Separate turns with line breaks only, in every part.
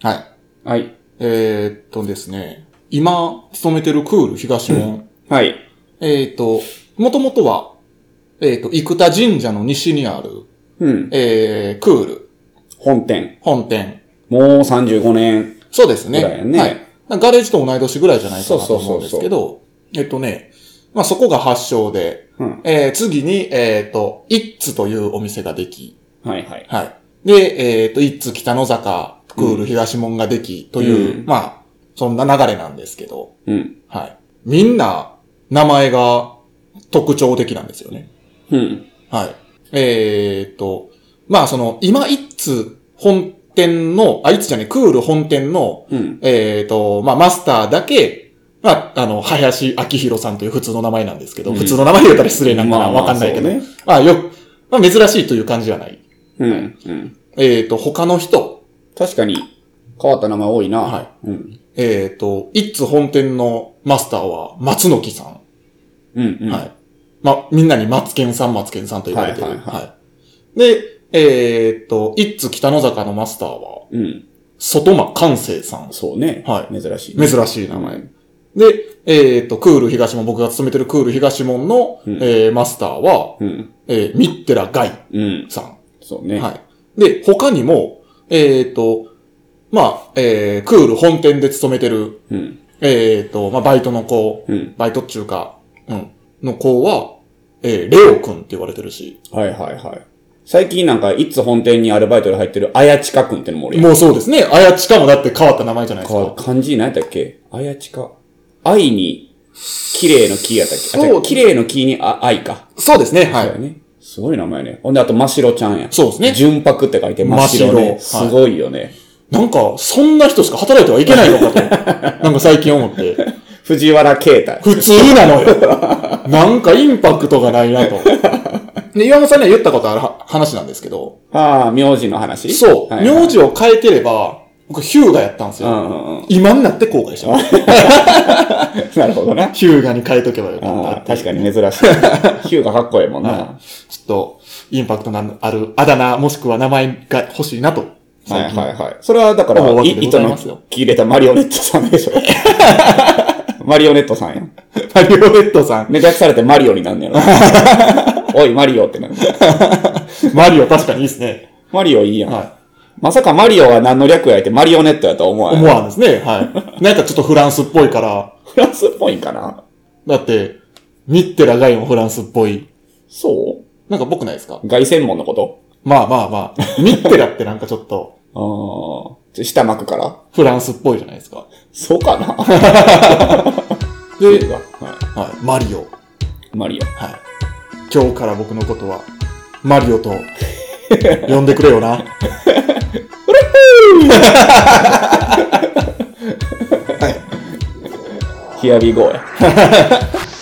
はい。
はい。
えーっとですね、今、勤めてるクール東門。
はい。
えーっと、もともとは、えーっと、生田神社の西にある、
うん。
えー、クール、
本店。
本店。
もう35年。
そうですね。
ぐらいやね
はい。ガレージと同い年ぐらいじゃないかなと思うんですけど、えっとね、まあ、そこが発祥で、
うん。
えー、次に、えーっと、イッツというお店ができ、
はいはい。
はい。で、えっ、と、一津北の坂、クール東門ができ、という、
うん
まあ、そんな流れなんですけど、
うん。
はい。みんな、名前が特徴的なんですよね。
うん。
はい。えっ、と、まあ、その、今一津本店の、あ、一津じゃね、クール本店の、
うん。
えっ、と、まあ、マスターだけ、まあ、あの、林明宏さんという普通の名前なんですけど、
うん
普通の名前で言うたら失礼なのか
ま
な
あまあ
わかんないけど、
そうね
まあ、よ、まあ、珍しいという感じはない。
うん。うん。
えっ、と、他の人、
確かに、変わった名前多いな。。
はい
うん。
えっ、と、イッツ本店のマスターは松の木さん。
うん。うん。
はい。ま、みんなに松健さん、松健さんと呼ばれてる。
は
はいい
はい
で、えっ、と、イッツ北の坂のマスターは、
うん。
外間寛生さん。
そうね。。
はい
珍しい。
珍しい名前。で、えっ、と、クール東門、僕が勤めてるクール東門の、
うん
えーマスターは、
うん。
えーミッテラガイ
うん。
さん。
そうね。
はい。で、他にも、えっ、と、まあ、えークール本店で勤めてる、
うん。
えっ、と、まあ、バイトの子、
うん。
バイトっちゅうか、うん、の子は、えーレオくんって言われてるし、
はいはいはい。最近なんか、いつ本店にアルバイトで入ってる、あやちかくんってのもおるやん。
もうそうですね、あやちかもだって変わった名前じゃないです
か
か。
漢字何やったっけあやちか。愛に、綺麗の木やったっけあ
そう
違う綺麗の木にあ愛か。
そうですね、は
そうや
い。
ね。すごい名前ね。ほんで、あと、ましろちゃんや。
そうですね
純白って書いて、ましろね。
真
す
白はい
ごいよね。
なんか、そんな人しか働いてはいけないのか と、なんか最近思って。
藤原啓太。
普通なのよ。なんかインパクトがないなと。で、岩本さんには言ったことあるは話なんですけど、
ああ、名字の話
そう、
はいはい
名字を変えてれば、僕、ヒューガやったんです
う
よ。
んうんうん。
今になって後悔した。
なるほどな。
ヒューガに変えとけばよかったって
あ
い
あ
う
確かに珍しい。ヒューがかっこええもんな。
ちょっと、インパクトのあるあだ名、もしくは名前が欲しいなと。
はい
最近
はいはい。それはだから
思う、わ
い
けでご
糸
ざい
の
ますよ
切れたマリオネットさんで しょ。マリオネットさんや。
マリオネットさん。
で、略されてマリオになん ねやろ。おい、マリオってなる。
マリオ確かにいいですね。
マリオいいやん。
は
まさかマリオは何の略やってマリオネットやとは思わ
い。
ん
思わんですね。はい。なんかちょっとフランスっぽいから、
フランスっぽいんかな
だって、ミッテラガイもフランスっぽい。
そ
なんか僕ないですか
う外専門のこと
まあまあまあ。ミッテラってなんかちょっと、
ああ。ちょ下巻くから
フランスっぽいじゃないですか。
そうかな
で、
は
はい、マリオ。
い。マリオ。
はい。今日から僕のことは、マリオと、呼んでくれよ な。
ヒアビーゴーや。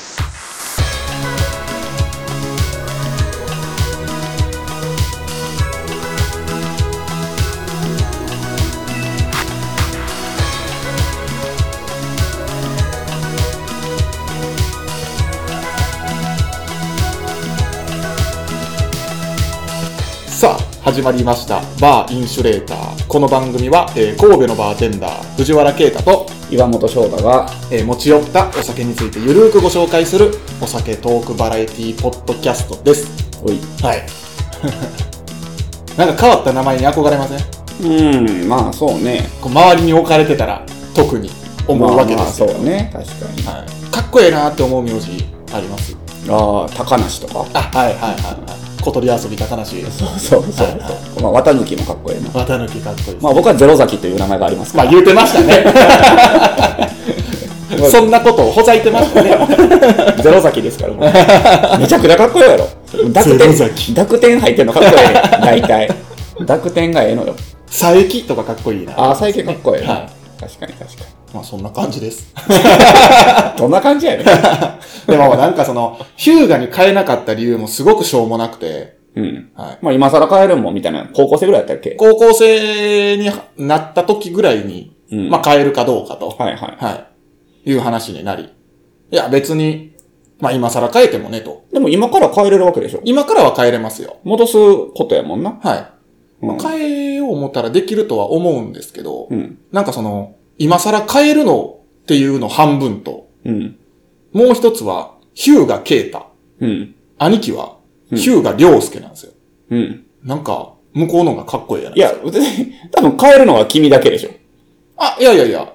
さあ始まりましたバーインシュレーターこの番組は、えー神戸のバーテンダー藤原啓太と、
岩本翔太が、
えー持ち寄ったお酒についてゆるーくご紹介するお酒トークバラエティポッドキャストです
おい。
はい なんか変わった名前に憧れません
うん、まあそうね。
こう周りに置かれてたら特に思うわけですけど、
まあまあそうね。確かに。
はい、かっこええなって思う名字あります
ああ、高梨とか。
あはいはいはいはい小鳥遊び高梨
そうそうそう
はいは
そう。まあ、綿貫もかっこいいな。
綿貫かっこいいです、
まあ僕はゼロ崎という名前がありま す
ま
か
あ
ら。
言うてましたね。そんなことをほざいてましたね。
ゼロ崎ですから、僕めちゃくちゃかっこいいやろ。濁
ゼロ
点、
崎
濁点入ってんのかっこいい ね。大体。濁点がええのよ。
佐伯とかかっこいいな。
ああ、最近かっこいいな。
は
確かに確か
まあそんな感じです。
に。どんな感じやねん。
でもなんかその、ヒューガに変えなかった理由もすごくしょうもなくて、
うん。
はい。
まあ今更帰るもんみたいな。高校生ぐらいやったっけ
高校生になった時ぐらいに、
うん
まあ変えるかどうかと、
はいは
はい。いう話になり。いや別に、まあ今更変えてもねと。
い。でも今から帰れるわけでしょ。
今からは変えれますよ。
戻すことやもんな。
はい。まあ、変えよう思ったらできるとは思うんですけど、
うん。
なんかその、今更変えるのっていうの半分と、
うん。
もう一つは、ヒューガ・ケイタ。
うん。
兄貴は、ヒューガ・リョウスケなんですよ。
うん。
なんか、向こうの方がかっこいいやない
いや、別に、 多分変えるのは君だけでしょ。
あ、いやいやいや。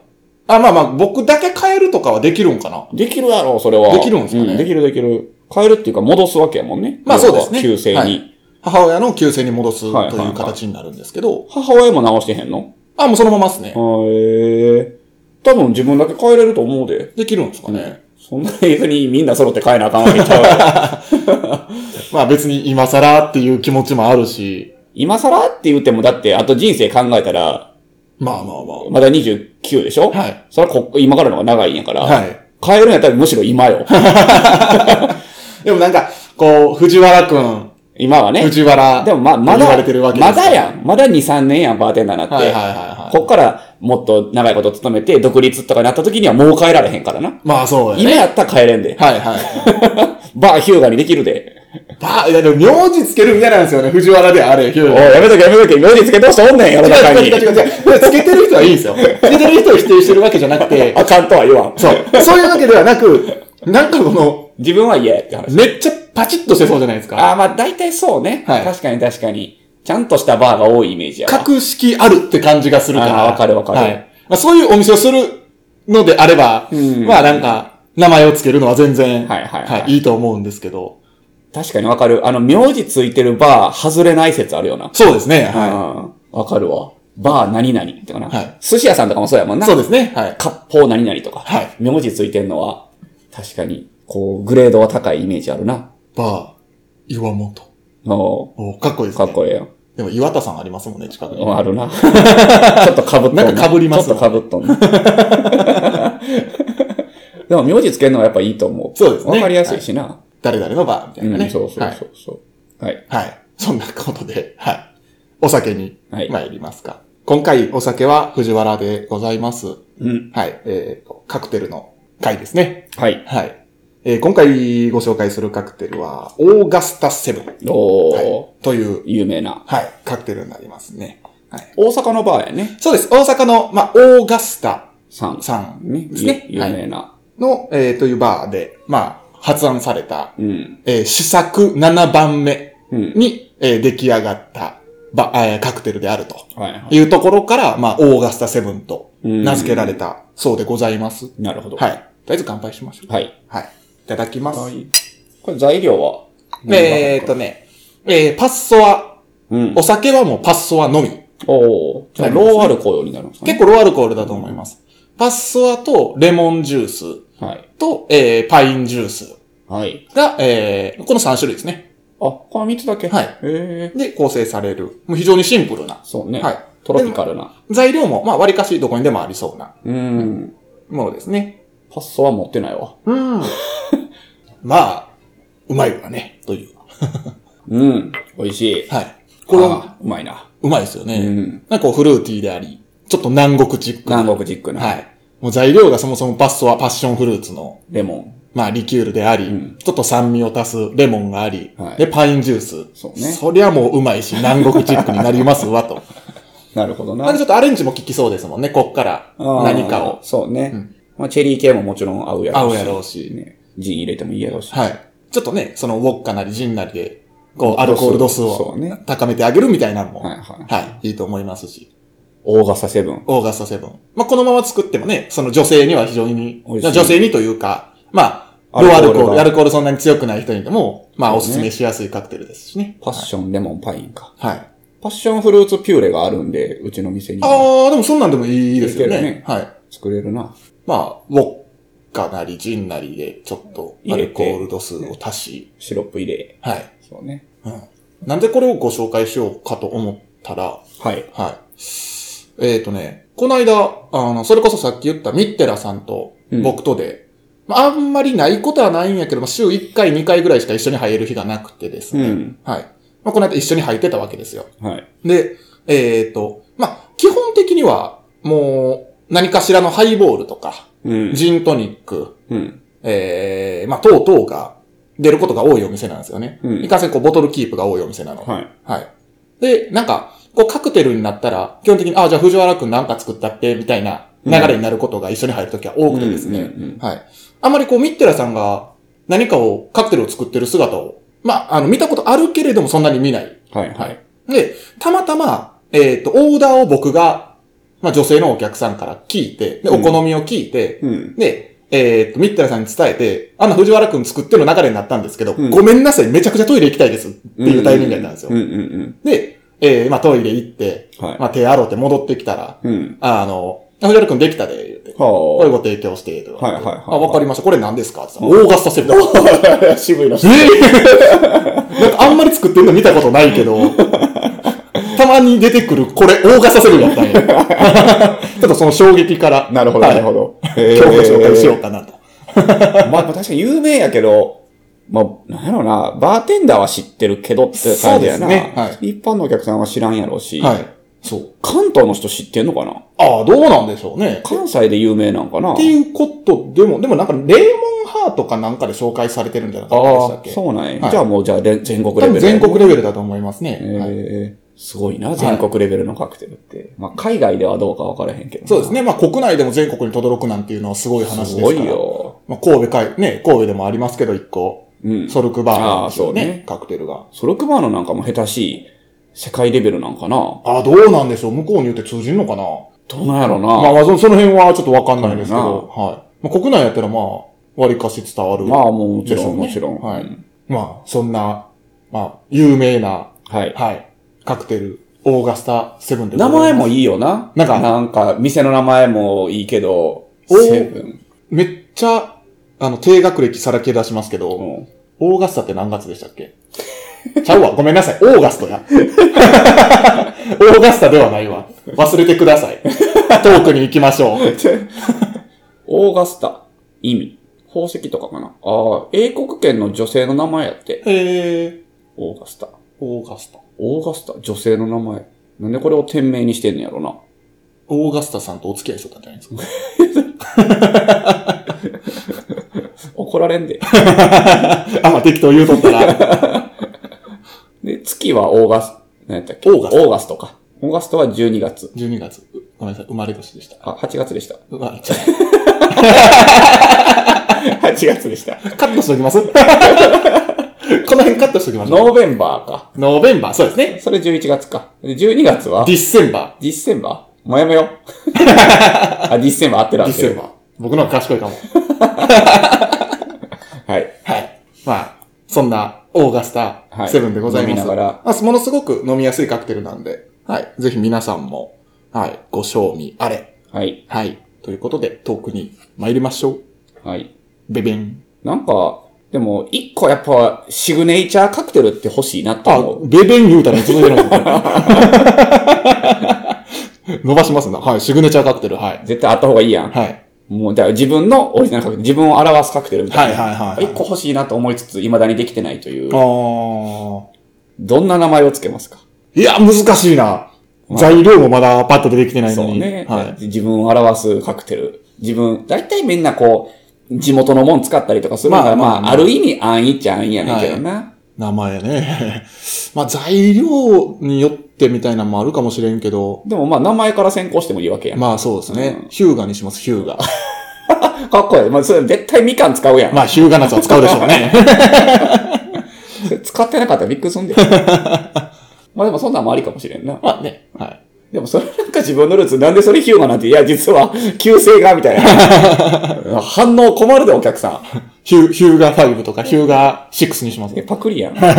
あ、まあまあ、僕だけ変えるとかはできるんかな。
できるやろ、それは。
できるんですかね
うできるできる。変えるっていうか、戻すわけやもんね。
まあそうですね
要は旧姓に。
はい母親の旧姓に戻すと
はいはい
い
は
う
い
形になるんですけど、
母親も直してへんの
あ、もうそのままですね。
あへえ。多分自分だけ変えれると思うで。
できるんですかね。
そんな別にみんな揃って変えなあかんわけちゃ うやろ。
まあ別に今更っていう気持ちもあるし、
今更って言っても、だって、あと人生考えたら、
まあまあま
まだ29でしょ
はい。
それはこ今からの方が長いんやから。
あ。はい。
変えるんやったらむしろ今よ。
でもなんか、こう、藤原くん、
今はね。
藤原、
でもま、まだ、
言われてるわけです
ま
から
だやん。まだ2、3年やん、バーテンダーなって。
はいはいはいはい。
こっからもっと長いこと勤めて、独立とかになった時にはもう変えられへんからな。
まあそうや
今
ね。
やったら変えれんで。
はいはい。
バーヒューガにできるで。
ば、いやでも名字つけるみたいなんですよね、藤原であれ、ヒュ
お
ー
い、やめとけやめとけ。名字つけどうしておんねん、世の中
違う違
に
う。違う違う。つけてる人はいいんですよ。つけてる人を否定してるわけじゃなくて、
あかんとは言わん。
そう。そういうわけではなく、なんかこの、
自分は嫌やって話。
めっちゃパチッとしてそうじゃないですか。
ああ、まあ大体そうね。
はい
確かに確かに。ちゃんとしたバーが多いイメージやわ。
格式あるって感じがするから。
あーわかるわかる
はい。まあそういうお店をするのであれば、
うん
まあなんか、名前をつけるのは全然、
はいはいはい
いいと思うんですけど。
確かにわかる。あの、名字ついてるバー、外れない説あるよな。
そうですね。は
はい。わかるわ。バー何々ってかな。
はい
寿司屋さんとかもそうやもん
い。
な。
そうですね。はい。
割烹何々とか。
はい
名字ついてんのは、確かに、こう、グレードは高いイメージあるな。
バー、岩本。
お
おかっこいいで
ー
すね。
かっこええよ。
でも岩田さんありますもんね、近くに。
ある な。ちょっとかぶっとんね
なんか被ります
ちょっとかぶっとんね でも、名字つけるのはやっぱいいと思う。
そうですね
わかりやすいしな。
誰々のバーみたいなね。
うん、そうそう
はい
そうそう。はい。
はい。そんなことで、はい。お酒に
はい
参りますか。今回お酒は藤原でございます。
うん。
はい。えーと、カクテルの回ですね。
はい。
はい。えー今回ご紹介するカクテルは、オーガスタセブン。
おー、
はい。という、
有名な。
はい。カクテルになりますね。はい。
大阪のバーやね。
そうです。大阪の、まあ、オーガスタ
さん。
さん
ね。
ですね。
有
は
有
い。
名な。
の、えーというバーで、まあ、発案された、
うん。
えー試作7番目
うん。
に、えー出来上がった、ば、えーカクテルであると。
はいはい。
いうところから、まあ、オーガスタセブンと
うん
名付けられたそうでございます。
なるほど。。
はいい。とりあえず乾杯しましょう。
はい。
はい。いただきます。
これ材料は
えーっとね、えー、パッソは、
うん
お。酒はもうパッソはのみ。
おーじゃあ、ローアルコールになるんですかね。
結構ローアルコールだと思います。パッソアとレモンジュース
はい。
と、えー、パインジュース
はい。
が、えー、この3種類ですね。
あ、この3つだけ
はい
へえ。
で、構成される。もう非常にシンプルな。
そうね。
はい。
トロピカルな。
材料も、まあ、割かしどこにでもありそうな
うん。
ものですね。
パッソは持ってないわ。
うん。 まあ、うまいわね、という。
うん。美味しい。
はい。こ
こ
れ、
れ、
う
うまいな。
まいですよね。
うん
なんかこうフルーティーであり、ちょっと南国チックな。
南国チックな。
はい。もう材料がそもそもパッソはパッションフルーツの、
レモン。
まあリキュールであり、
ん
ちょっと酸味を足すレモンがあり、
はい
で、パインジュース。
そうね
そりゃもううまい し、南国チックになりますわ、と。
なるほどな
なんでちょっとアレンジも効きそうですもんね、こっから。
あー
何かを。
そうね。
うん
まあ、チェリー系ももちろん合うやろう
合う
し。
やろうし
ね。ジン入れてもいいやろうし。
はい。ちょっとね、そのウォッカなりジンなりで、こう、アルコール度数
そう
を
ね
高めてあげるみたいなのも、
はいはい
はい、いいと思いますし。
オーガスタセブン。
オーガスタセブン。まあ、このまま作ってもね、その女性には非常に、
美味しい
女性にというか、まあ、
アル
ロ
コ
ー
ー
ア
ル
ル
が
コール、アルコールそんなに強くない人にでも、まあ、お
そうね
すすめしやすいカクテルですしね。
パッション、レモン、パインか。
はい。
パッションフルーツピューレがあるんで、うちの店に
あ
は
ー、でもそんなんでもいいですよ
い
ね。
けるね
はい。
作れるな。
まあ、ウォッカなりジンなりで、ちょっとア
入れ
ル
て
コール度数を足し、
シロップ入れ。
はい。
そうね。
うん。なんでこれをご紹介しようかと思ったら、
はい。
はい。えっ、とね、この間、あの、それこそさっき言ったミッテラさんと
うん
僕とで、まああんまりないことはないんやけど、まあ週1回、2回ぐらいしか一緒に入れる日がなくてです
う
ね。
ん。
はい。まあ、この間一緒に入ってたわけですよ。
はい。
で、えっ、と、まあ、基本的には、もう、何かしらのハイボールとか、
うん。
ジントニック、
うん。
ええまあ、等々が出ることが多いお店なんですよね。
うん
いかんせんこう、ボトルキープが多いお店なので
はい。
はい。で、なんか、こうカクテルになったら、基本的に、あ、じゃあ藤原くんなんか作ったって、みたいな流れになることが一緒に入るときは多くてですね。
うんうんうん
はい。あまりこう、ミッテラさんが何かを、カクテルを作ってる姿を、まあ、あの、見たことあるけれどもそんなに見ない。
はいは。
はいい。で、たまたま、えっ、と、オーダーを僕が、まあ、女性のお客さんから聞いて、で、
う
お
ん
好みを聞いて、
うん。
で、えっ、と、ミッテラさんに伝えて、あの、藤原くん作ってる流れになったんですけど、
うん
ごめんなさい、めちゃくちゃトイレ行きたいですっていうタイミングだったんですよ。
うんうん
で、えー、まあトイレ行って、
うん。はい。
まあ手洗って戻ってきたら、
うん。
あの、あ藤原くんできたで、言うてこれご
は
提供して、とか言って
はいはいはい
あ、わかりました。これ何ですかって言ったらオーガスタセブン。
あ。 渋い な。
えーなんかあんまり作ってるの見たことないけど、たまに出てくる、これ、オーガスタセブンだったんや。 ちょっとその衝撃から。
なるほど、なる
ど。
ほど。
今
え
日ご紹介しようかなと。
まあ、確かに有名やけど、まあ、なんやろな、バーテンダーは知ってるけどって感じや
そ
な。
うですねは
一般のお客さんは知らんやろうし、
はい。そう。
関東の人知ってんのかな
ああ、どうなんでしょうね。
関西で有名なんかな
っていうことでも、でもなんか、レーモンハートかなんかで紹介されてるんじゃなかったでした
あ
っ
あ、
け
そうなんや。
はい
じゃあもう、じゃあれ全国
多
レベ
分
ル。
全国レベルだと思いますね。はい
えー、すごいな、全国レベルのカクテルって。まあ、海外ではどうかわからへんけど。
そうですね。まあ国内でも全国に轟くなんていうのはすごい話です
す
から。
ごい。よ。
まあ神戸かい、ね、神戸でもありますけど、一個。
うん。
ソルクバーガーってい
あーそうね
カクテルが。
ソルクバーノなんかも下手しい世界レベルなんかな
ああ、どうなんでしょう。向こうに言って通じるのかな。
どうなんやろな、
まあまあそその辺はちょっとわかんないですけ
わ
ど。はい。まあ国内やったらまあ、割かし伝わる。
まあ、もうもち
でし
ろ、
ょうんね
もちろん。
はい
うん
まあ、そんな、まあ、有名な、
はい。
はい、カクテル、オーガスタセブンでござ
名
います。
前もいいよな。
なんか
なんか、店の名前もいいけど、
お
セブン。
めっちゃ、あの、低学歴さらけ出しますけど、
うん
オーガスタって何月でしたっけちゃうわ。ごめんなさい。オーガストや。オ ーガスタではないわ。忘れてください。遠くに行きましょう。
オーガスタ。意味。宝石とかかな。ああ、英国圏の女性の名前やって。
えー、
オーガスタ。
オーガスタ。
オーガスタ女性の名前。なんでこれを店名にしてんのやろな。
オーガスタさんとお付き合いしとったんじゃないですか。
怒られ んで。
あ、まあ、適当言うとったら。
で、月はオーガス、何やったっけ
オーガス
オーガストか。オーガストは12月。
12月。うごめんなさい。生まれ年でした。
あ、8月でした。
うわ、ちょ
8月でした。
カットしときます この辺カットしときましょう。
ノーベンバーか。
ノーベンバー、そうですね。
それ11月か。で12月は
ディッセンバ
ディッセンバーもうやめ よう。あ、ディッセンバー合ってる
ー。
合
ディ
っ
ッ
て
セン
る。
バー。僕の方が賢いかも。
はい。
はい。まあ、そんな、オーガスタ
はい
セブンでございます。
飲みながら
まあ、ものすごく飲みやすいカクテルなんで、はい。ぜひ皆さんも、はい、ご賞味あれ。
はい。
はい。ということで、遠くに参りましょう。
はい。
ベベン。
なんか、でも、一個やっぱ、シグネイチャーカクテルって欲しいなと
あ
思、う。
ベベン言うたら続いてないですね 伸ばしますな。はい。シグネチャーカクテル。はい。
絶対あった方がいいやん。
はい。
もう、だから自分のオリジナルカクテル、自分を表すカクテルみたいな。
はいはいはいはい
一個欲しいなと思いつつ、未だにできてないという
あ。ー。
どんな名前をつけますか
いや、難しいな。材料もまだパッと出てきてないの
そう
に。
ね、
はい。
自分を表すカクテル。自分、大体みんなこう、地元のもん使ったりとかするから、
ま
ま
あ
あ、ある意味安易っちゃ安易やねんけどな。
名前ね。 まあ、材料によってみたいなのもあるかもしれんけど、
でもまあ、名前から先行してもいいわけやん。
まあそうですね。
うん
ヒューガにします、ヒューガ。
かっこいい。まあ、それ絶対みかん使うやん。
まあ、ヒューガナツは使うでしょうね。
それ使ってなかったらびっくりすんで。 まあでもそんなんもありかもしれんな。
まあね。はい。
でもそれなんか自分のルーツ、なんでそれヒューマンなんて、いや、実は、旧姓が、みたいな。 反応困るで、お客さん。
ヒュー、ヒューガ5とか、ヒューガ6にします
え、。パクリやん。 ヒュ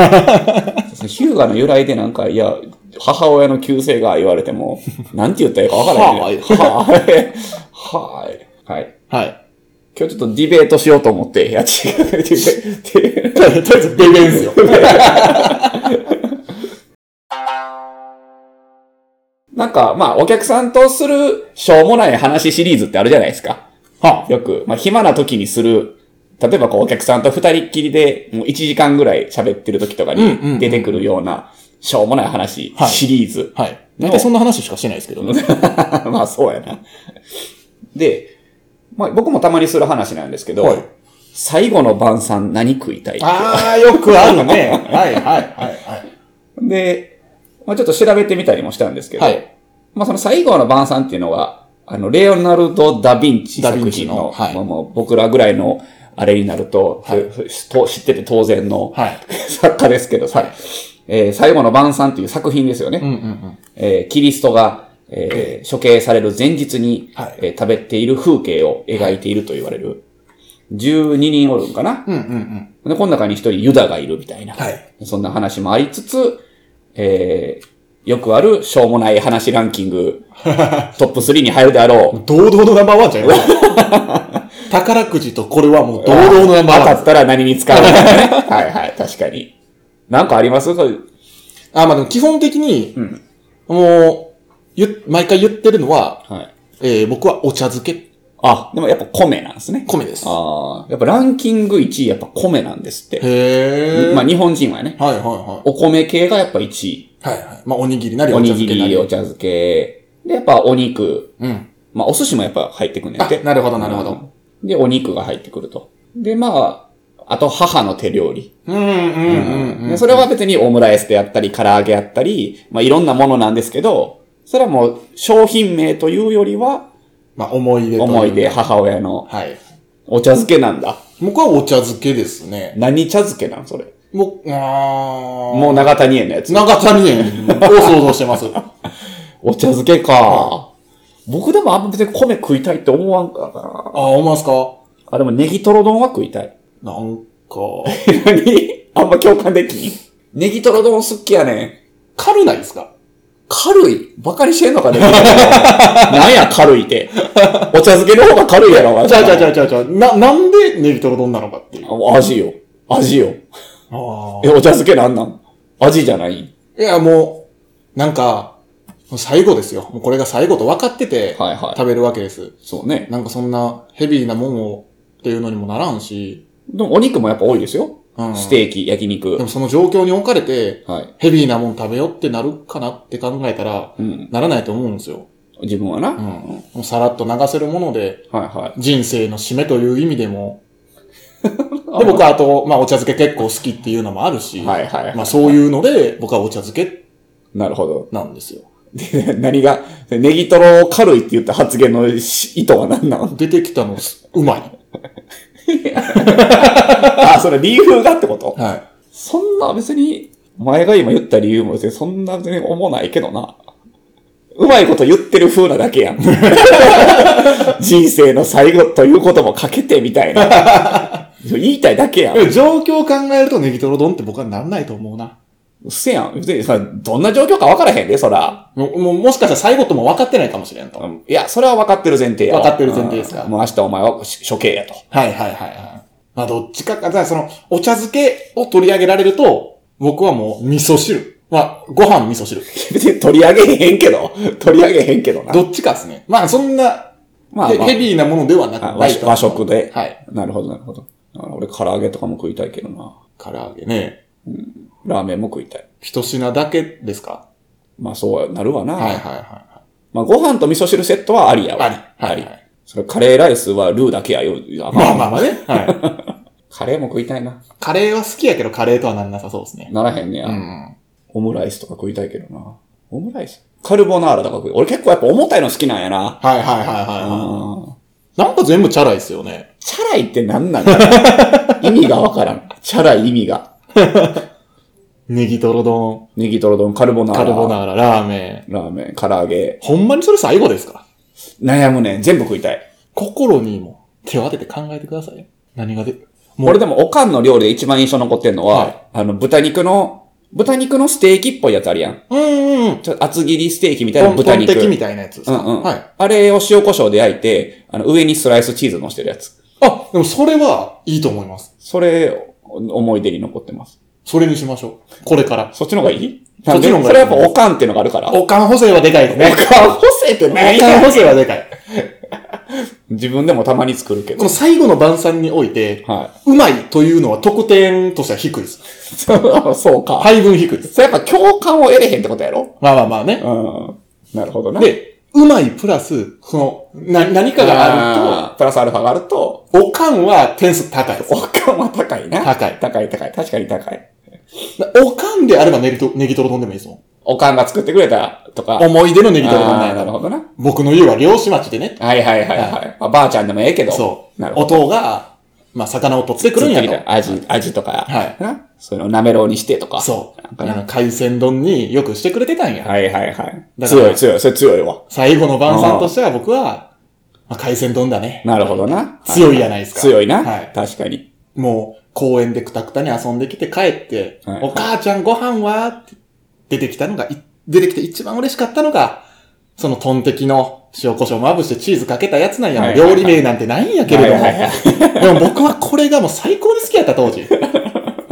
ーガの由来でなんか、いや、母親の旧姓が言われても、なんて言ったらいいかわからない、ね。はい。 はい。はい。
はい。
今日ちょっとディベートしようと思って、いや、違う。ディ ベート
とりあえず、ベイベンです よ。
なんか、まあ、お客さんとする、しょうもない話シリーズってあるじゃないですか。
は
よく、まあ、暇な時にする、例えばこう、お客さんと二人っきりで、もう1時間ぐらい喋ってる時とか
うんうんうん
に出てくるような、しょうもない話、
はい
シリーズ。
あはい。大体そんな話しかしてないですけどね。
まあそうやな。で、まあ僕もたまにする話なんですけど、
はい
最後の晩餐何食いたい
あー、よくあるね。はい、はい、はい、はい。
で、まあちょっと調べてみたりもしたんですけど、
はい。
まあその最後の晩餐っていうのは、あの、レオナルド・ダ・ヴィンチ作品の、
ダヴィンチのはい
まあもう僕らぐらいのあれになると、と知ってて当然の
はい。
作家ですけどさ、
はい
えー最後の晩餐という作品ですよね。
うんうんうん。
えーキリストが、えー処刑される前日に、
はい
えー食べている風景を描いていると言われる。12人おるんかな、
うんうんうん。
で、この中に一人ユダがいるみたいな。
はい
そんな話もありつつ、えー、よくあるしょうもない話ランキ ング、トップ3に入るであろ
堂々のナンバーワンじゃん。 宝くじとこれはもう
う。
堂々のナンバー
当
ワ
た
ン。
ったら何に使うの かね。はいはい、確かに。なんかありますそういう
あ、まあでも基本的に、
ん
もう、ゆ、毎回言ってるのは、
はい。
えー僕はお茶漬け、
あ、でもやっぱ米なんですね。
米です。
ああ、やっぱランキング1位やっぱ米なんですって。
へー。
まあ日本人はね。
はいはいは
お米系がやっぱ1位。
い。はいはい。まあおにぎりなり
お
お茶
にぎ
漬けな
り、
り。
お茶漬け。で、やっぱお肉。
うん。
まあお寿司もやっぱ入ってくんねん
あ
て。、
なるほどなるほど。
うん。で、お肉が入ってくると。で、まあ、あと母の手料理。
うんうんうんう
で
ん。
それは別にオムライスであったり、唐揚げあったり、まあいろんなものなんですけど、それはもう商品名というよりは、
まあ思い出とうか
思い出、。母親の
はい。
お茶漬けなんだ。
僕はお茶漬けですね。
何茶漬けなんそれ。
もう、あー
もう長谷園のやつ。
長谷園を想像して ます。
お茶漬けか。僕でもあんま別に米食いたいって思わんからな。
あ、思いますか
あ、でもネギトロ丼は食いたい。
なんか、
何あんま共感できんネギトロ丼好きやねん。
軽ないですか
軽いバカにしてんのか ねなんや軽いって。お茶漬けの方が軽いやろ、
じゃあじゃあじゃあじゃあじゃあ、な、なんでネギトロ丼なのかっていう。
あ味よ。味よ。
あ
え、お茶漬けなんなん味じゃない
いや、もう、なんか、もう最後ですよ。もうこれが最後と分かってて、
はいはい
食べるわけです。
そうね。
なんかそんなヘビーなもんをっていうのにもならんし、
でもお肉もやっぱ多いですよ。
うん
ステーキ、焼肉
で。もその状況に置かれて、
はい。
ヘビーなもん食べようってなるかなって考えたら、
うん。
ならないと思うんですよ。
自分はな。
うん。もうさらっと流せるもので、
はいは
人生の締めという意味で も、
い。
で、僕はあと、まあ、お茶漬け結構好きっていうのもあるし、
はいはいはい
まあ、そういうので、僕はお茶漬け
なるほど。
なんですよ。
で、何が、ネギトロ軽いって言った発言のし意図は何なの
出てきたのす、うまい。
あ、それ理由がってこと
は
そんな別に、お前が今言った理由も別にそんな別に思わないけどな。うまいこと言ってる風なだ けやん。人生の最後ということもかけてみたいな。言いたいだけやん。う
い。状況を考えるとネギトロ丼って僕はなんないと思うな。
っせやん。別にさ、どんな状況か分からへんで、そら。
もう、もうもしかしたら最後とも分かってないかもしれんと。はい
や、それは分かってる前提やわ
分かってる前提ですか
うんもう明日お前は処刑やと。
いはいはいはい。まあ、どっちかか、だからその、お茶漬けを取り上げられると、僕はもう、味噌汁。まあ、ご飯味噌汁。
別に取り上げへんけど。取り上げへんけどな。
どっちかですね。まあ、そんな、
まあ
ヘ
まあ
ヘビーなものではなく
あ和食和食で。
はい。
なるほど、なるほど。あ俺、唐揚げとかも食いたいけどな。
唐揚げね。
ラーメンも食いたい。
一品だけですか
まあそうなるわな。
はいはいは
まあご飯と味噌汁セットはありやわ。
ありはいはい
それカレーライスはルーだけやよ。あ
い。まあまあまあね。はい。
カレーも食いたいな。
カレーは好きやけど、カレーとはならなさそうですね。
ならへんねや、
うん。
オムライスとか食いたいけどな。オムライスカルボナーラとか食い俺結構やっぱ重たいの好きなんやな。
はいはいはいは
あ
い。なんか全部チャラいですよね。
チャラいって何なんだろ う意味がわからん。チャラい意味が。
ネギトロ丼、
ネギトロ丼、カルボナー
カ
ラ。
ルボナーラ、ラーメン。
ラーメン、唐揚げ。
ほんまにそれ最後ですか
悩むねん。全部食いたい。
心にも手を当てて考えてください。何がで、も
俺でも、おかんの料理で一番印象残ってんのは、
はい
あの、豚肉の、豚肉のステーキっぽいやつあるやん。
うんうんうん。
ちょっと厚切りステーキみたい
ト
な
ント
豚
ン
肉。
的みたいなやつです
う
か
んうん。
はい。
あれを塩コショウで焼いて、あの、上にスライスチーズ乗してるやつ。
あ、でもそれはいいと思います。
それ、思い出に残ってます。
それにしましょう。これから。
そっちの方がいい
そっちの方がいい
それはやっぱおかんっていうのがあるから。お
おかん補正はでかいですね。
かん補正って
おかん補正はでかい。
自分でもたまに作るけ
こ
ど
の。最後の晩餐において、
は
うまいというのは得点としては低いです。
い。 そうか。
配分低いです。
それやっぱ共感を得れへんってことやろ
まあまあまあね。
うん。なるほどな。、
で、うまいプラス、その、な、何かがある
と、プラスアルファがあると、
と、おかんは点数高いです。
おかんは高いな。
高い
高い高い。確かに高い。
おかんであればネギトネギトロ丼でもいいですもん。
おかんが作ってくれたとか。
思い出のネギトロなん
あ
だ
あ、なる
よ。
ほどな。
僕の家は漁師町でね。
はいはいはいは。
はい
まあ、ばあちゃんでもええけど。
そう
なる。ほ
お
ど。
父が、まあ、魚を取ってくるんや
釣ってき
と。
たアジ、アジとか。
はい
な。そういうのをなめろうにしてとか。
そう
なん。か
あ
な
の海鮮丼によくしてくれてたんや。
はいはいは
だ
い。
から
強い強い、それ強いわ。
最後の晩餐としては僕は、まあ、海鮮丼だね。
なるほどな。
強いやないですか
強いな。
はい
確かに。
もう、公園でくたくたに遊んできて帰って、
はい
お母ちゃんご飯はって出てきたのが、い出てきて一番嬉しかったのが、そのトンテキの塩コショウまぶしてチーズかけたやつなんや。
はい
もう料理名なんてないんやけれども。
はいはいは
でも僕はこれがもう最高に好きやった当時。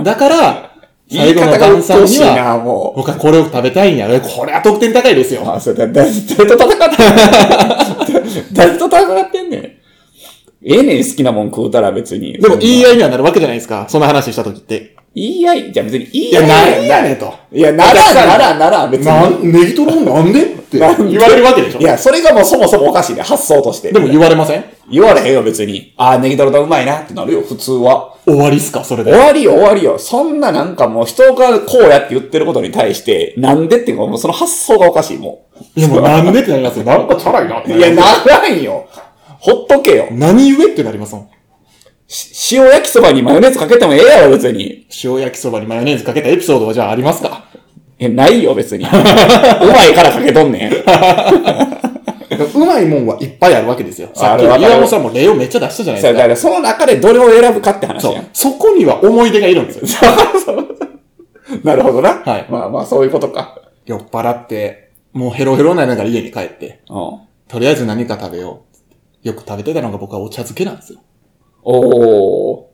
だから、
言
最
い
後
方
の
がう
晩
っ
餐
とう
に
しい
は、
な、も
僕はこれを食べたいんや。これは得点高いです
う。
よ。
あ、それだ、誰誰と戦ってんねん誰と戦ってんねん。ええねん、好きなもん食うたら別に。
でも言い
い。
合いにはなるわけじゃないですか。その話した時って。
言い合い、じゃあ別に言
い
い合
や、
い。
なんやねんと。
いや、ならん、ならん、ならん、別
な
に。
ん、ネギトロなんでって
なんで
言われるわけでしょ
いや、それがもうそもそもおかしいね、発想として。
でも言われません
言われへんよ、別に。あー、ネギトロ丼うまいなってなるよ、普通は。
終わりっすかそれ
終
で。
わりよ、終わりよ。そんななんかもう人がこうやって言ってることに対して、なんでっていうか、もうその発想がおかしい、も
いや、もうなんでってなりますよ。なんかチャラいなっ
う。
て。
いや、、ならんよ。ほっとけよ。
何故ってなりますもん。
し塩焼きそばにマヨネーズかけてもええやろ、別に。
塩焼きそばにマヨネーズかけたエピソードはじゃあありますか
え、ないよ、別に。う まいからかけとんねん。
うまいもんはいっぱいあるわけですよ。さっき
あるわ
岩
かる
本さんも例をめっちゃ出したじゃない
そう
ですか。
だからその中でどれを選ぶかって話
そ
や
う。そこには思い出がいるんですよ。
ん。なるほどな。
はい
まあまあ、そういうことか。
酔っ払って、もうヘロヘロになりながら家に帰って、
うん。お
とりあえず何か食べよう。よく食べてたのが僕はお茶漬けなんですよ。
お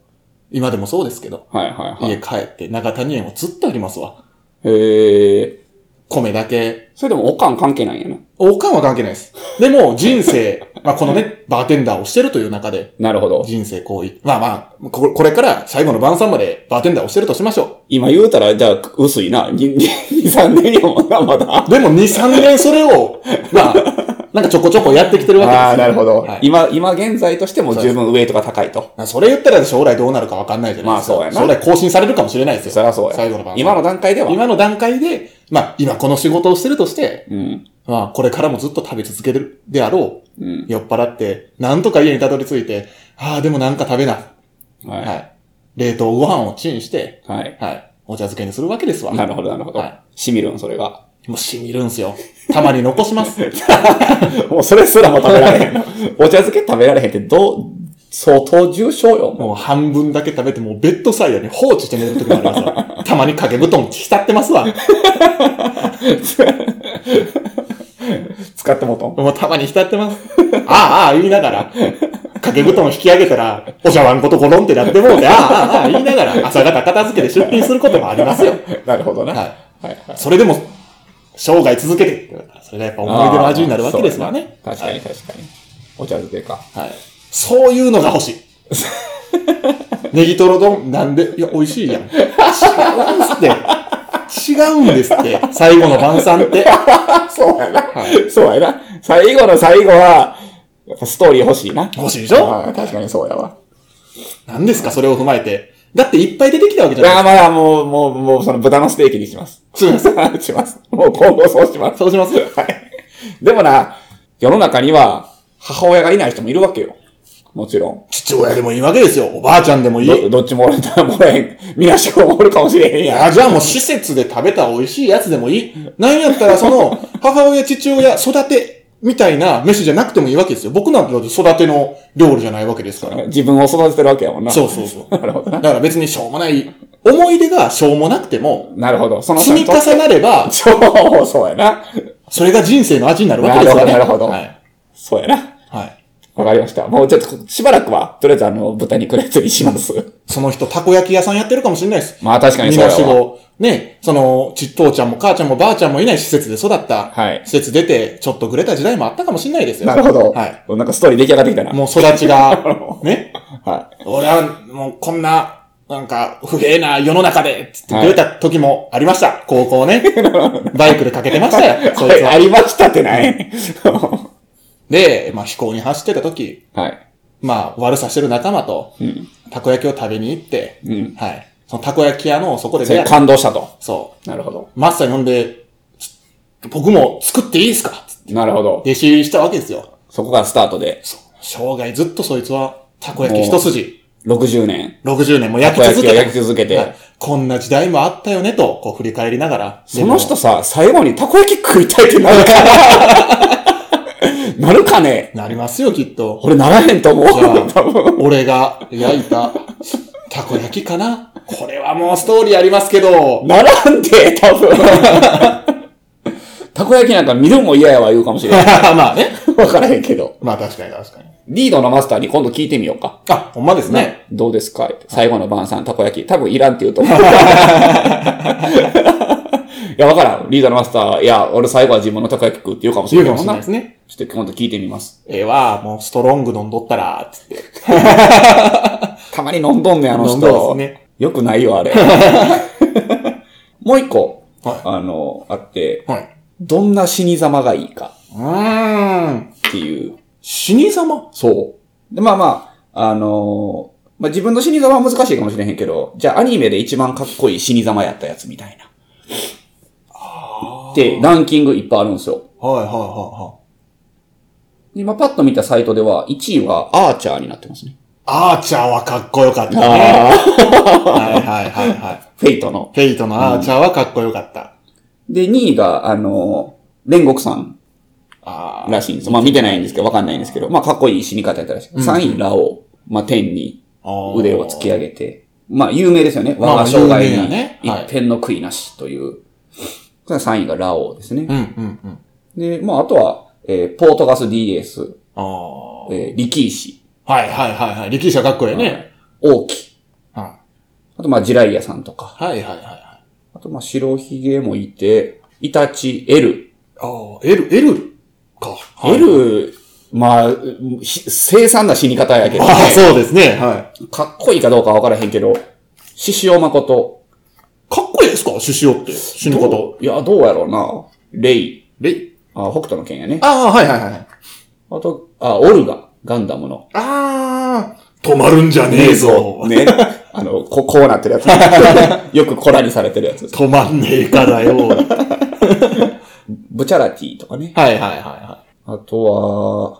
今でもそうですけど、
ー。はいはいは
家
い。
帰って長谷園をずっとありますわ。
へえ。
米だけ
それでもおかん関係ないんやな。
おかんは関係ないです。でも、人生、 まあこのね、バーテンダーをしてるという中で、
なるほど。
人生こうい、まあまあ、ここれから最後の晩餐までバーテンダーをしてるとしましょ
今言うたら、じゃあ、薄いな。2、3年やもんな、まだ。
う。でも、2、3年それを、 まあ、なんかちょこちょこやってきてるわけですよ。はい
今、今現在としても十分ウェイトが高いと。
まあそれ言ったら将来どうなるかわかんないじゃないですか。
まあそうやな
将来更新されるかもしれないですよ。
そりゃそうや。
最後の晩餐。
今の段階では。
今の段階で、まあ今この仕事をしてるとして、
うん。
まあこれからもずっと食べ続けるであろう。
うん。
酔っ払って、なんとか家にたどり着いて、ああ、でもなんか食べな。は。
はい
冷凍ご飯をチンして、
い。はい。
はい。お茶漬けにするわけですわ。
なるほど、なるほど
は。
しみるん、それが。
もう染みるんすよ。たまに残します。
もうそれすらも食べ られへん。お茶漬け食べられへんって、どう、相当重症よ。も
もう半分だけ食べて、もうベッドサイドに放置して寝る時もありますわ。たまに掛け布団浸ってますわ。
う使ってもうとん。
もうたまに浸ってます。ああ、ああ、言いながら。掛け布団引き上げたら、お茶碗ごとゴロンってなってもうて、ああ、ああ、ああ、言いながら、朝方片付けで出勤することもありますよ。
なるほどな。。
はい
はい。
それでも、生涯続けてって言われたら、それがやっぱ思い出の味になるわけですわね。
あー。そうやな確かに、確かに。お茶漬けか。
はい。そういうのが 欲しい。ネギトロ丼、なんで、いや、美味しいやん。違うんですって。違うんですって。最後の晩餐って。
そうやな。
は
そうやな。最後の最後は、やっぱストーリー欲しいな。
欲しいでしょ
ああ確かにそうやわ。
何ですか、それを踏まえて。だっていっぱい出てきたわけじゃない
ああ、まあ、もう、もう、もう、その豚のステーキにします。
すいません。
します。もう今後そうします。
そうします
はい。でもな、世の中には、母親がいない人もいるわけよ。もちろん。
父親でもいいわけですよ。おばあちゃんでもいい。
どどっちもおらんたらもらえん。みなしくもおるかもしれへんやん。
あ、じゃあもう施設で食べた美味しいやつでもいい。なんやったらその、母親、父親、育て、みたいな飯じゃなくてもいいわけですよ。僕なんてだって育ての料理じゃないわけですから。
自分を育ててるわけやもんな。
そうそうそう。
なるほど
だ
な。
から別にしょうもない、思い出がしょうもなくても、
なるほど。その人
積み
にと
重なれば、
そう、そうやな。
それが人生の味になるわけですよね。
なるほどな
は
る
い。
そうやな。
はい。
わかりました。もうちょっと、しばらくは、とりあえずあの、豚肉のやつにします。
その人、たこ焼き屋さんやってるかもしれないです。
まあ確かに
み
そ
な
う
し
やわ。
ご、ね、その、ちっとうちゃんも母ちゃんもばあちゃんもいない施設で育った、
はい
施設出て、ちょっとぐれた時代もあったかもしれないですよ。
なるほど。
はい。
なんかストーリー出来上がってきた な。
もう育ちが、ね、
は
俺はもうこんな、なんか、不平な世の中で、つって出た時もありま した。高校ね。バイクでかけてましたよ。
い。
そ
そ
いつ
れ
は
ありましたってない。
で、まあ、飛行に走ってた時、
はい。
まあ、悪さしてる仲間と、
うん。
たこ焼きを食べに行って、
うん。
はい。そのたこ焼き屋の、そこで
そ
出会
れ
った。
感動したと。
そ
なるほど。
う。マッサー呼んで、ち僕も作っていいですかつって
なるほど。
弟子入りしたわけですよ。
そこがスタートで、
生涯ずっとそいつは、たこ焼き一筋、
60年、
60年も
た
焼
こ
き続
焼き
け
を
て、
焼き続け
はい
て、
こんな時代もあったよねと、こう振り返りながら。
その人さ、最後にたこ焼き食いたいって なるかななるかね
でもなりますよ、きっと。
俺ならへんと思う。
じゃあ
多分。
俺が焼いた、たこ焼きかなこれはもうストーリーありますけど、
ならんで、多 分。たこ焼きなんか見るも嫌やわ言うかもしれない。
まあね。
わからへんけど。
まあ確かに確かに。
リードのマスターに今度聞いてみようか。
あ、ほんまですね。
どうですかって最後の晩餐、たこ焼き。多分いらんって言うと 思う。いや、わからん。リーダーのマスター、いや、俺最後は自分のたこ焼き食うって言うかもし
言
れ
う
な
か
い
も
も
し
ん
れない
な。
で
ち
すね。
ょっと今度聞いてみます。
ええわ、もうストロング飲んどったら、つって。
たまに飲んどんねん、あの
飲んど
人。
んですね
よくない よ、あれ。もう一個、
はい
あの、あって、
はい。
どんな死に様がいいか
うーん。
っていう。
死に様
そう。で、まあまあ、あのーまあ、自分の死に様は難しいかもしれへんけど、じゃあアニメで一番かっこいい死に様やったやつみたいな。って、ランキングいっぱいあるんですよ。
はいはいはいはい。
で今パッと見たサイトでは、1位はアーチャーになってますね。
アーチャーはかっこよかったね。はい
ああ。
はいはいはい。
フェイトの。
フェイトのアーチャーはかっこよかった。
で、2位が、あのー煉獄さん
あー
らしいんです。まあ見てないんですけど、わかんないんですけど、まあかっこいい死に方やったらしい。3位、ラオウ。まあ天に
あー。
腕を突き上げて、まあ有名ですよね。
まあ
我が生涯
有名や
に
ねはい
一片の悔いなしという。これが3位がラオウですね
う。んうんうん。
で、まああとは、えーポートガス DS、
ああ。
えーリキーシ、
はいはいはいはい。力士はかっこいいね。
オーキ、
は
あとまあジライアさんとか、
いはいはいはい。
あとまあ白ひげもいて、イタチ、エル。
ああ、L、L か。
エル、まあ、ひ凄惨な死に方やけど、
ああ、そうですね。はい。
かっこいいかどうかわからへんけど、獅子王誠、
かっこいいですか獅子王って。死ぬこと。
どういや、どうやろうな。レイ。
レイ。
あ、北斗の剣やね。
ああ、はいはいはい。
あと、あ、オルガ。ガンダムの。
ああ、止まるんじゃねえぞ。
ね。あの、 こ、こうなってるやつ。よくコラにされてるやつです。
止まんねえかだよ。はい
ブチャラティとかね。
はいはいは
あと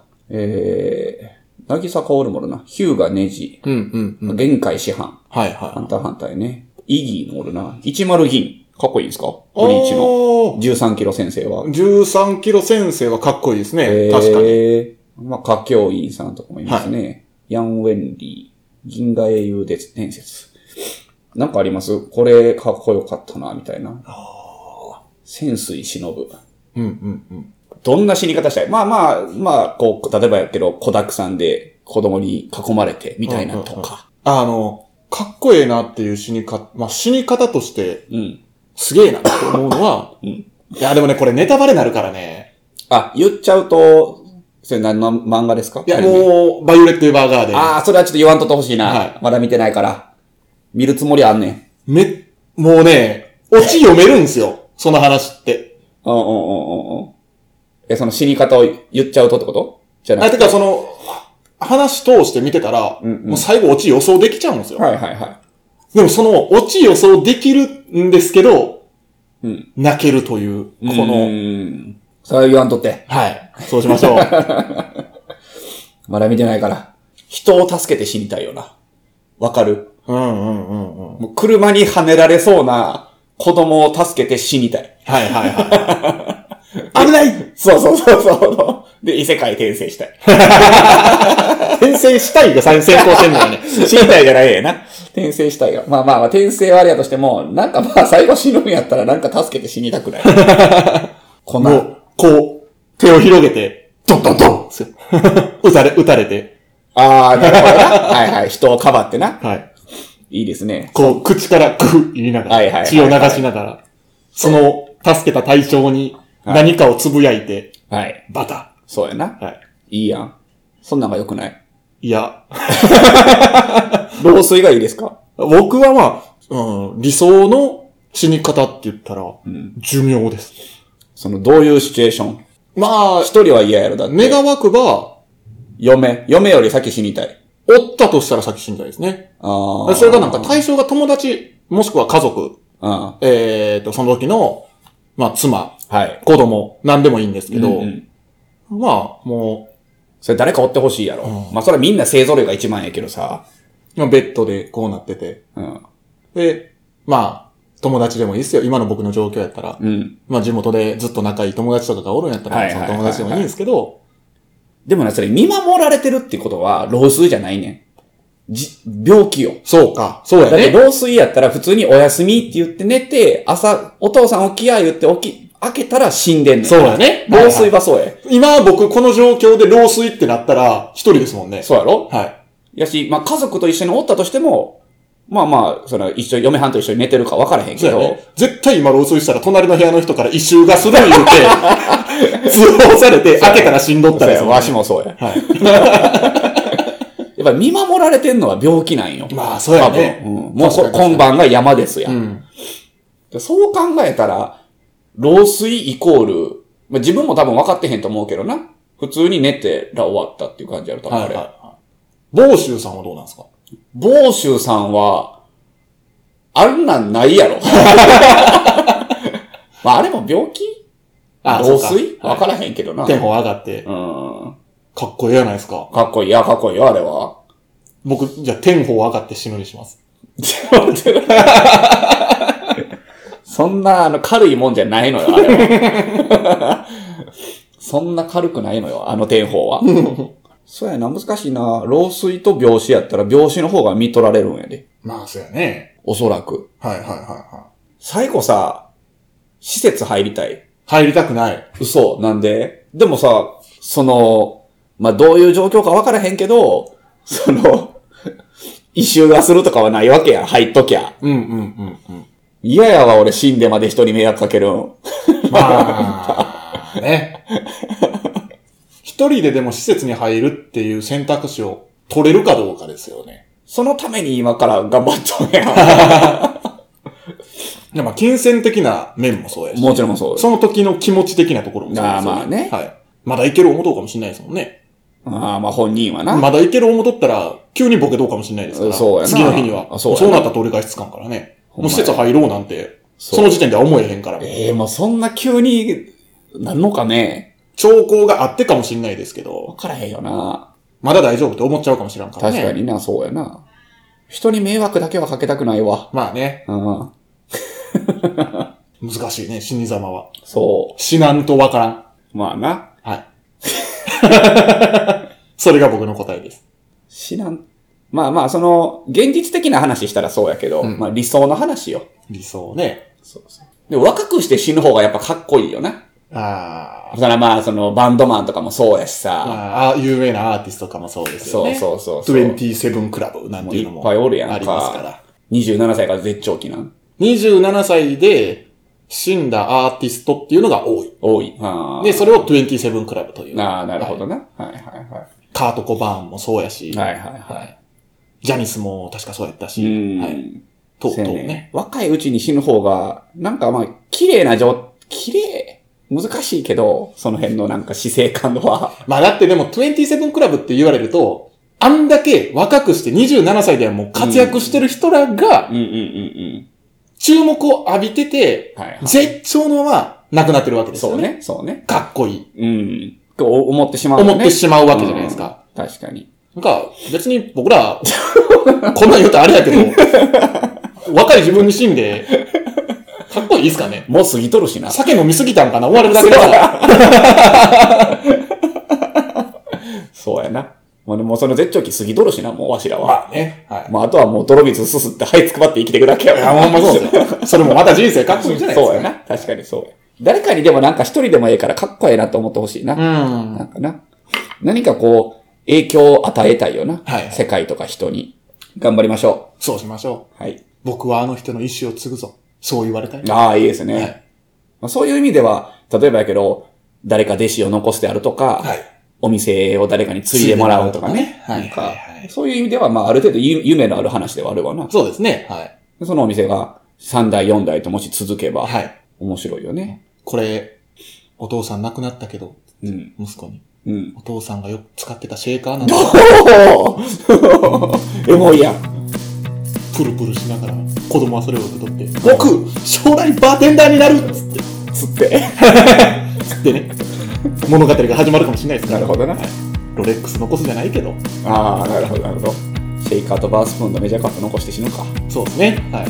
は、えー、渚ぎさかおるものな。ヒューガネジ。
い。うんうん。
限界師範。
はい
ハ
は
ンターハンターやね。イギーもおるな。10銀。かっこいいですか
い。
ブリーチの。
の。
13キロ先生は。
13キロ先生はかっこいいですね。
えー
確かに。。
まあ、歌教員さんとかもいますね。ヤン・ウェンリー、銀河英雄伝説。なんかありますこれかっこよかったな、みたいな。潜水忍ぶ。
うんうんうん。
どんな死に方したいまあまあ、まあ、こう、例えばやけど、子沢山で子供に囲まれて、みたいなとか。
あの、かっこええなっていう死に方、まあ、死に方として
うん。
すげえなって思うのは、
うん
いや、でもね、これネタバレなるからね。
あ、言っちゃうと、それ何の漫画ですか
いや、
う。
もう、バイオレット・エヴァーガーデン。
ああ、それはちょっと言わんとってほしいな。
はい
まだ見てないから。見るつもりあんねん。
め、もうね、オチ読めるんすよ。その話って。
うんうんうんうんうん。え、その死に方を言っちゃうとってことじゃな
あ、
く
て
て。
か、その、話通して見てたら、
うんうん
もう最後オチ予想できちゃうんですよ。
はいはいは
でもその、オチ予想できるんですけど、
うん
泣けるという、こ
い。この、
の、
それは言わんとって。
はい。そうしまし ょう。
まだ見てないから。人を助けて死にたいよな。わかる
うんうんうんうん。
もう車にはねられそうな子供を助けて死にたい。
はいはいはい。危ない
そうそうそうそう。で、異世界転生したい。
転生したいが先先行してんの よね。
死にたいじゃないやな。転生したいよ。まあまあまあ、転生はあれやとしても、なんかまあ最後死ぬんやったらなんか助けて死にたく ない。こん
も
な。
う、こう、手を広げて、ドンドンドン ですよ撃たれ、撃たれて。
ああ、なるほどな。はいはい。人をかばってな。
はい。
いいですね。
こう、口からグー言いながら、
はいはいはいはい
血を流しながら、その、助けた対象に何かをつぶやいて、
はい。
バタ
そうやな。
ー。はい。
いいやん。そんなんが良くない。
いや、
老衰がいいですか
僕はまあ、うん、理想の死に方って言ったら、寿命です。
その、どういうシチュエーション
まあ、
一人は嫌やろ。だって。
願わくば、
嫁。嫁より先死にたい。
おったとしたら先死んだいですね。
あ
それがなんか対象が友達、もしくは家族、
あ
えっ、と、その時の、まあ、妻、
はい。
子供、何でもいいんですけど、
うんうん
まあ、も
それ誰か追ってほしいやろ。
う
まあそれはみんな勢揃いが一番やけどさ。
う、まあベッドでこうなってて、
うん。
で、まあ、友達でもいいですよ。今の僕の状況やったら。
うん。
まあ、地元でずっと仲いい友達とかがおるんやった
は
ら、
い
そ
はい
の
はいはい
友達でもいいんですけど、
でもね、それ見守られてるってことは、老衰じゃないねん。じ、病気よ。
そうか、そう
だっ
やね。
て老衰やったら普通にお休みって言って寝て、朝、お父さん起きや言って起き、開けたら死んでんねん。
そうやね
老衰はそうや。
今僕この状況で老衰ってなったら、一人ですもんね。
そうやろ
はい。
やし、まあ家族と一緒におったとしても、まあまあ、その一緒に、嫁はんと一緒に寝てるか分からへん
そ
け
うや
ど、
ね。絶対今老衰したら、隣の部屋の人から異臭がする言う て、通報されて、開けたら死んどった
そ
ら
うや、わしもそうや。
はい。
やっぱり見守られてんのは病気なんよ。
まあ、そうやね。
多分うん、もう
確か
こ
に確かに
今晩が山ですや、。
うんん。
そう考えたら、老衰イコール、まあ、自分も多分分かってへんと思うけどな。普通に寝てら終わったっていう感じやろ、多分
は
あ
い
れ。
はい。房州さんはどうなんですか
房州さんは、あんなんないやろ。 まあ、あれも病気老衰
わか
分からへんけどな。
テンポン上がって
う、ん。
かっこええやないですか。
かっこいい。いや、かっこいいよ、あれは。
僕、じゃあ、天保上がって死ぬにします。
そんな、あの、軽いもんじゃないのよ、あれは。 そんな軽くないのよ、あの天法は。 そうやな、難しいな。老衰と病死やったら、病死の方が見取られるんやで。
まあ、そうやね。
おそらく。
はいはいはいは
最後さ、施設入りたい。
い。入りたくない。
嘘、なんででもさ、その、まあ、どういう状況かわからへんけど、その、 異臭がするとかはないわけや、入っときゃ。
うんうんうんうん。
嫌やわ、俺死んでまで人に迷惑かけるん。
まあ、ね。一人ででも施設に入るっていう選択肢を取れるかどうかですよね。
そのために今から頑張っとんや。
いやまあ、金銭的な面もそうやし。
もちろんそうです。
その時の気持ち的なところもそうですよ
あーまあね
はい。まだいける思うとうかもしれないですもんね。
ああ、まあ本人はな。
まだいける思とったら、急にボケどうかもしれないですから。
そうやな
次の日には。
あ
そ
そううや
なっ
な
たら取り返しつかんからね。
ほん
も
ま
う
や
施設入ろうなんて、
そう
その時点では思えへんから。
ええもうそんな急に、なんのかね。
兆候があってかもしれないですけど
わ、からへんよな。
まだ大丈夫って思っちゃうかもしれんから
確
ね。
か。にな、そうやな。人に迷惑だけはかけたくないわ。
まあね、
うん。
難しいね、死に様は。
そ
死なんとわからん。
う。まあな。
はい。 それが僕の答えです。
知らん。まあまあ、その、現実的な話したらそうやけど、
うん
まあ理想の話よ。
理想ね。
そうそう。で、若くして死ぬ方がやっぱかっこいいよな。
あ
だからまあ、その、バンドマンとかもそうやし
あ、
さ。
ああ、有名なアーティストとかもそうですよ
そう
ね。う
そうそうそう。
27クラブなんていうのも
もういっぱいおるやんか
ありますから。
27歳から絶頂期なん。
27歳で死んだアーティストっていうのが多い。
多い。あー
で、それを27クラブという。
ああ、なるほどな。はいはい
カート・コバーンもそうやし、
はい。はいはいはい。
ジャニスも確かそうやったし、
うん。
はい。とう
せ
とう
や
ね。。
若いうちに死ぬ方が、なんかまあ、綺麗な状、綺麗難しいけど、その辺のなんか死生観は。
まあだってでも27クラブって言われると、あんだけ若くして27歳ではもう活躍してる人らが
うんうんうんうん。
注目を浴びてて、
はい、はい。
絶頂のまま亡くなってるわけです
そ
よ
う
ね。
ね、そうね。
かっこいい。
うん。こう思ってしまう、ね。
思ってしまうわけじゃないですか。
うん。確かに。
なんか、別に僕ら、こんなん言うとあれやけど、 若い自分に死んで、かっこいいですかね
もう過ぎとるしな。
酒飲みすぎたんかな終わるだけだから。
そうやな。まあでもその絶頂期過ぎとるしな、もうわしらは。
まあね。はい。
まああとはもう泥水すすって這いつくばって生きていくだけや
い
も
や、
ん
ほんまそうですよ。それもまた人生かっこいいじゃないです
そ
か。
うやな。確かにそうや。誰かにでもなんか一人でもええからかっこええなと思ってほしいな。
うん。
なんかな。何かこう、影響を与えたいよな。
はい
世界とか人に。頑張りましょ
そうしましょう。
う。はい。
僕はあの人の意志を継ぐぞ。そう言われたい。
ああ、いいですね。
はい
まあ、そういう意味では、例えばやけど、誰か弟子を残してあるとか、
はい
お店を誰かに継いでもらうとかね。
継いでもらうとかねは
なん
い
か
はいはい
そういう意味では、まあ、ある程度ゆ夢のある話ではあるわな。
そうですね。はい。
でそのお店が3代、4代ともし続けば、
はい。
面白いよね。
これ、お父さん亡くなったけど、
うん。
息子に。
うん。
お父さんがよく使ってたシェーカーなんだ。
おー エモいやん。
プルプルしながら、子供はそれを受け取って、僕、将来バーテンダーになるっつって。
つって。
つってね、物語が始まるかもしれないですか
な
ら
る、ほどな。
ロレックス残すじゃないけど、
ああ、なるほど、なるほど。シェイカーとバースプーンのメジャーカップ残して死ぬか。
そうですね。はい。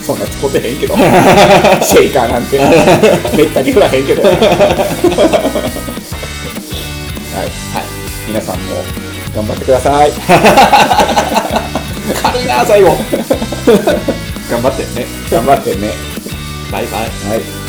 そんな使ってへんけど。シェイカーなんて、めったに振らへんけど。はい。 皆さんも頑張ってください。
軽い な、最後。
頑張ってね。頑張ってね。
バイバイ。
はい。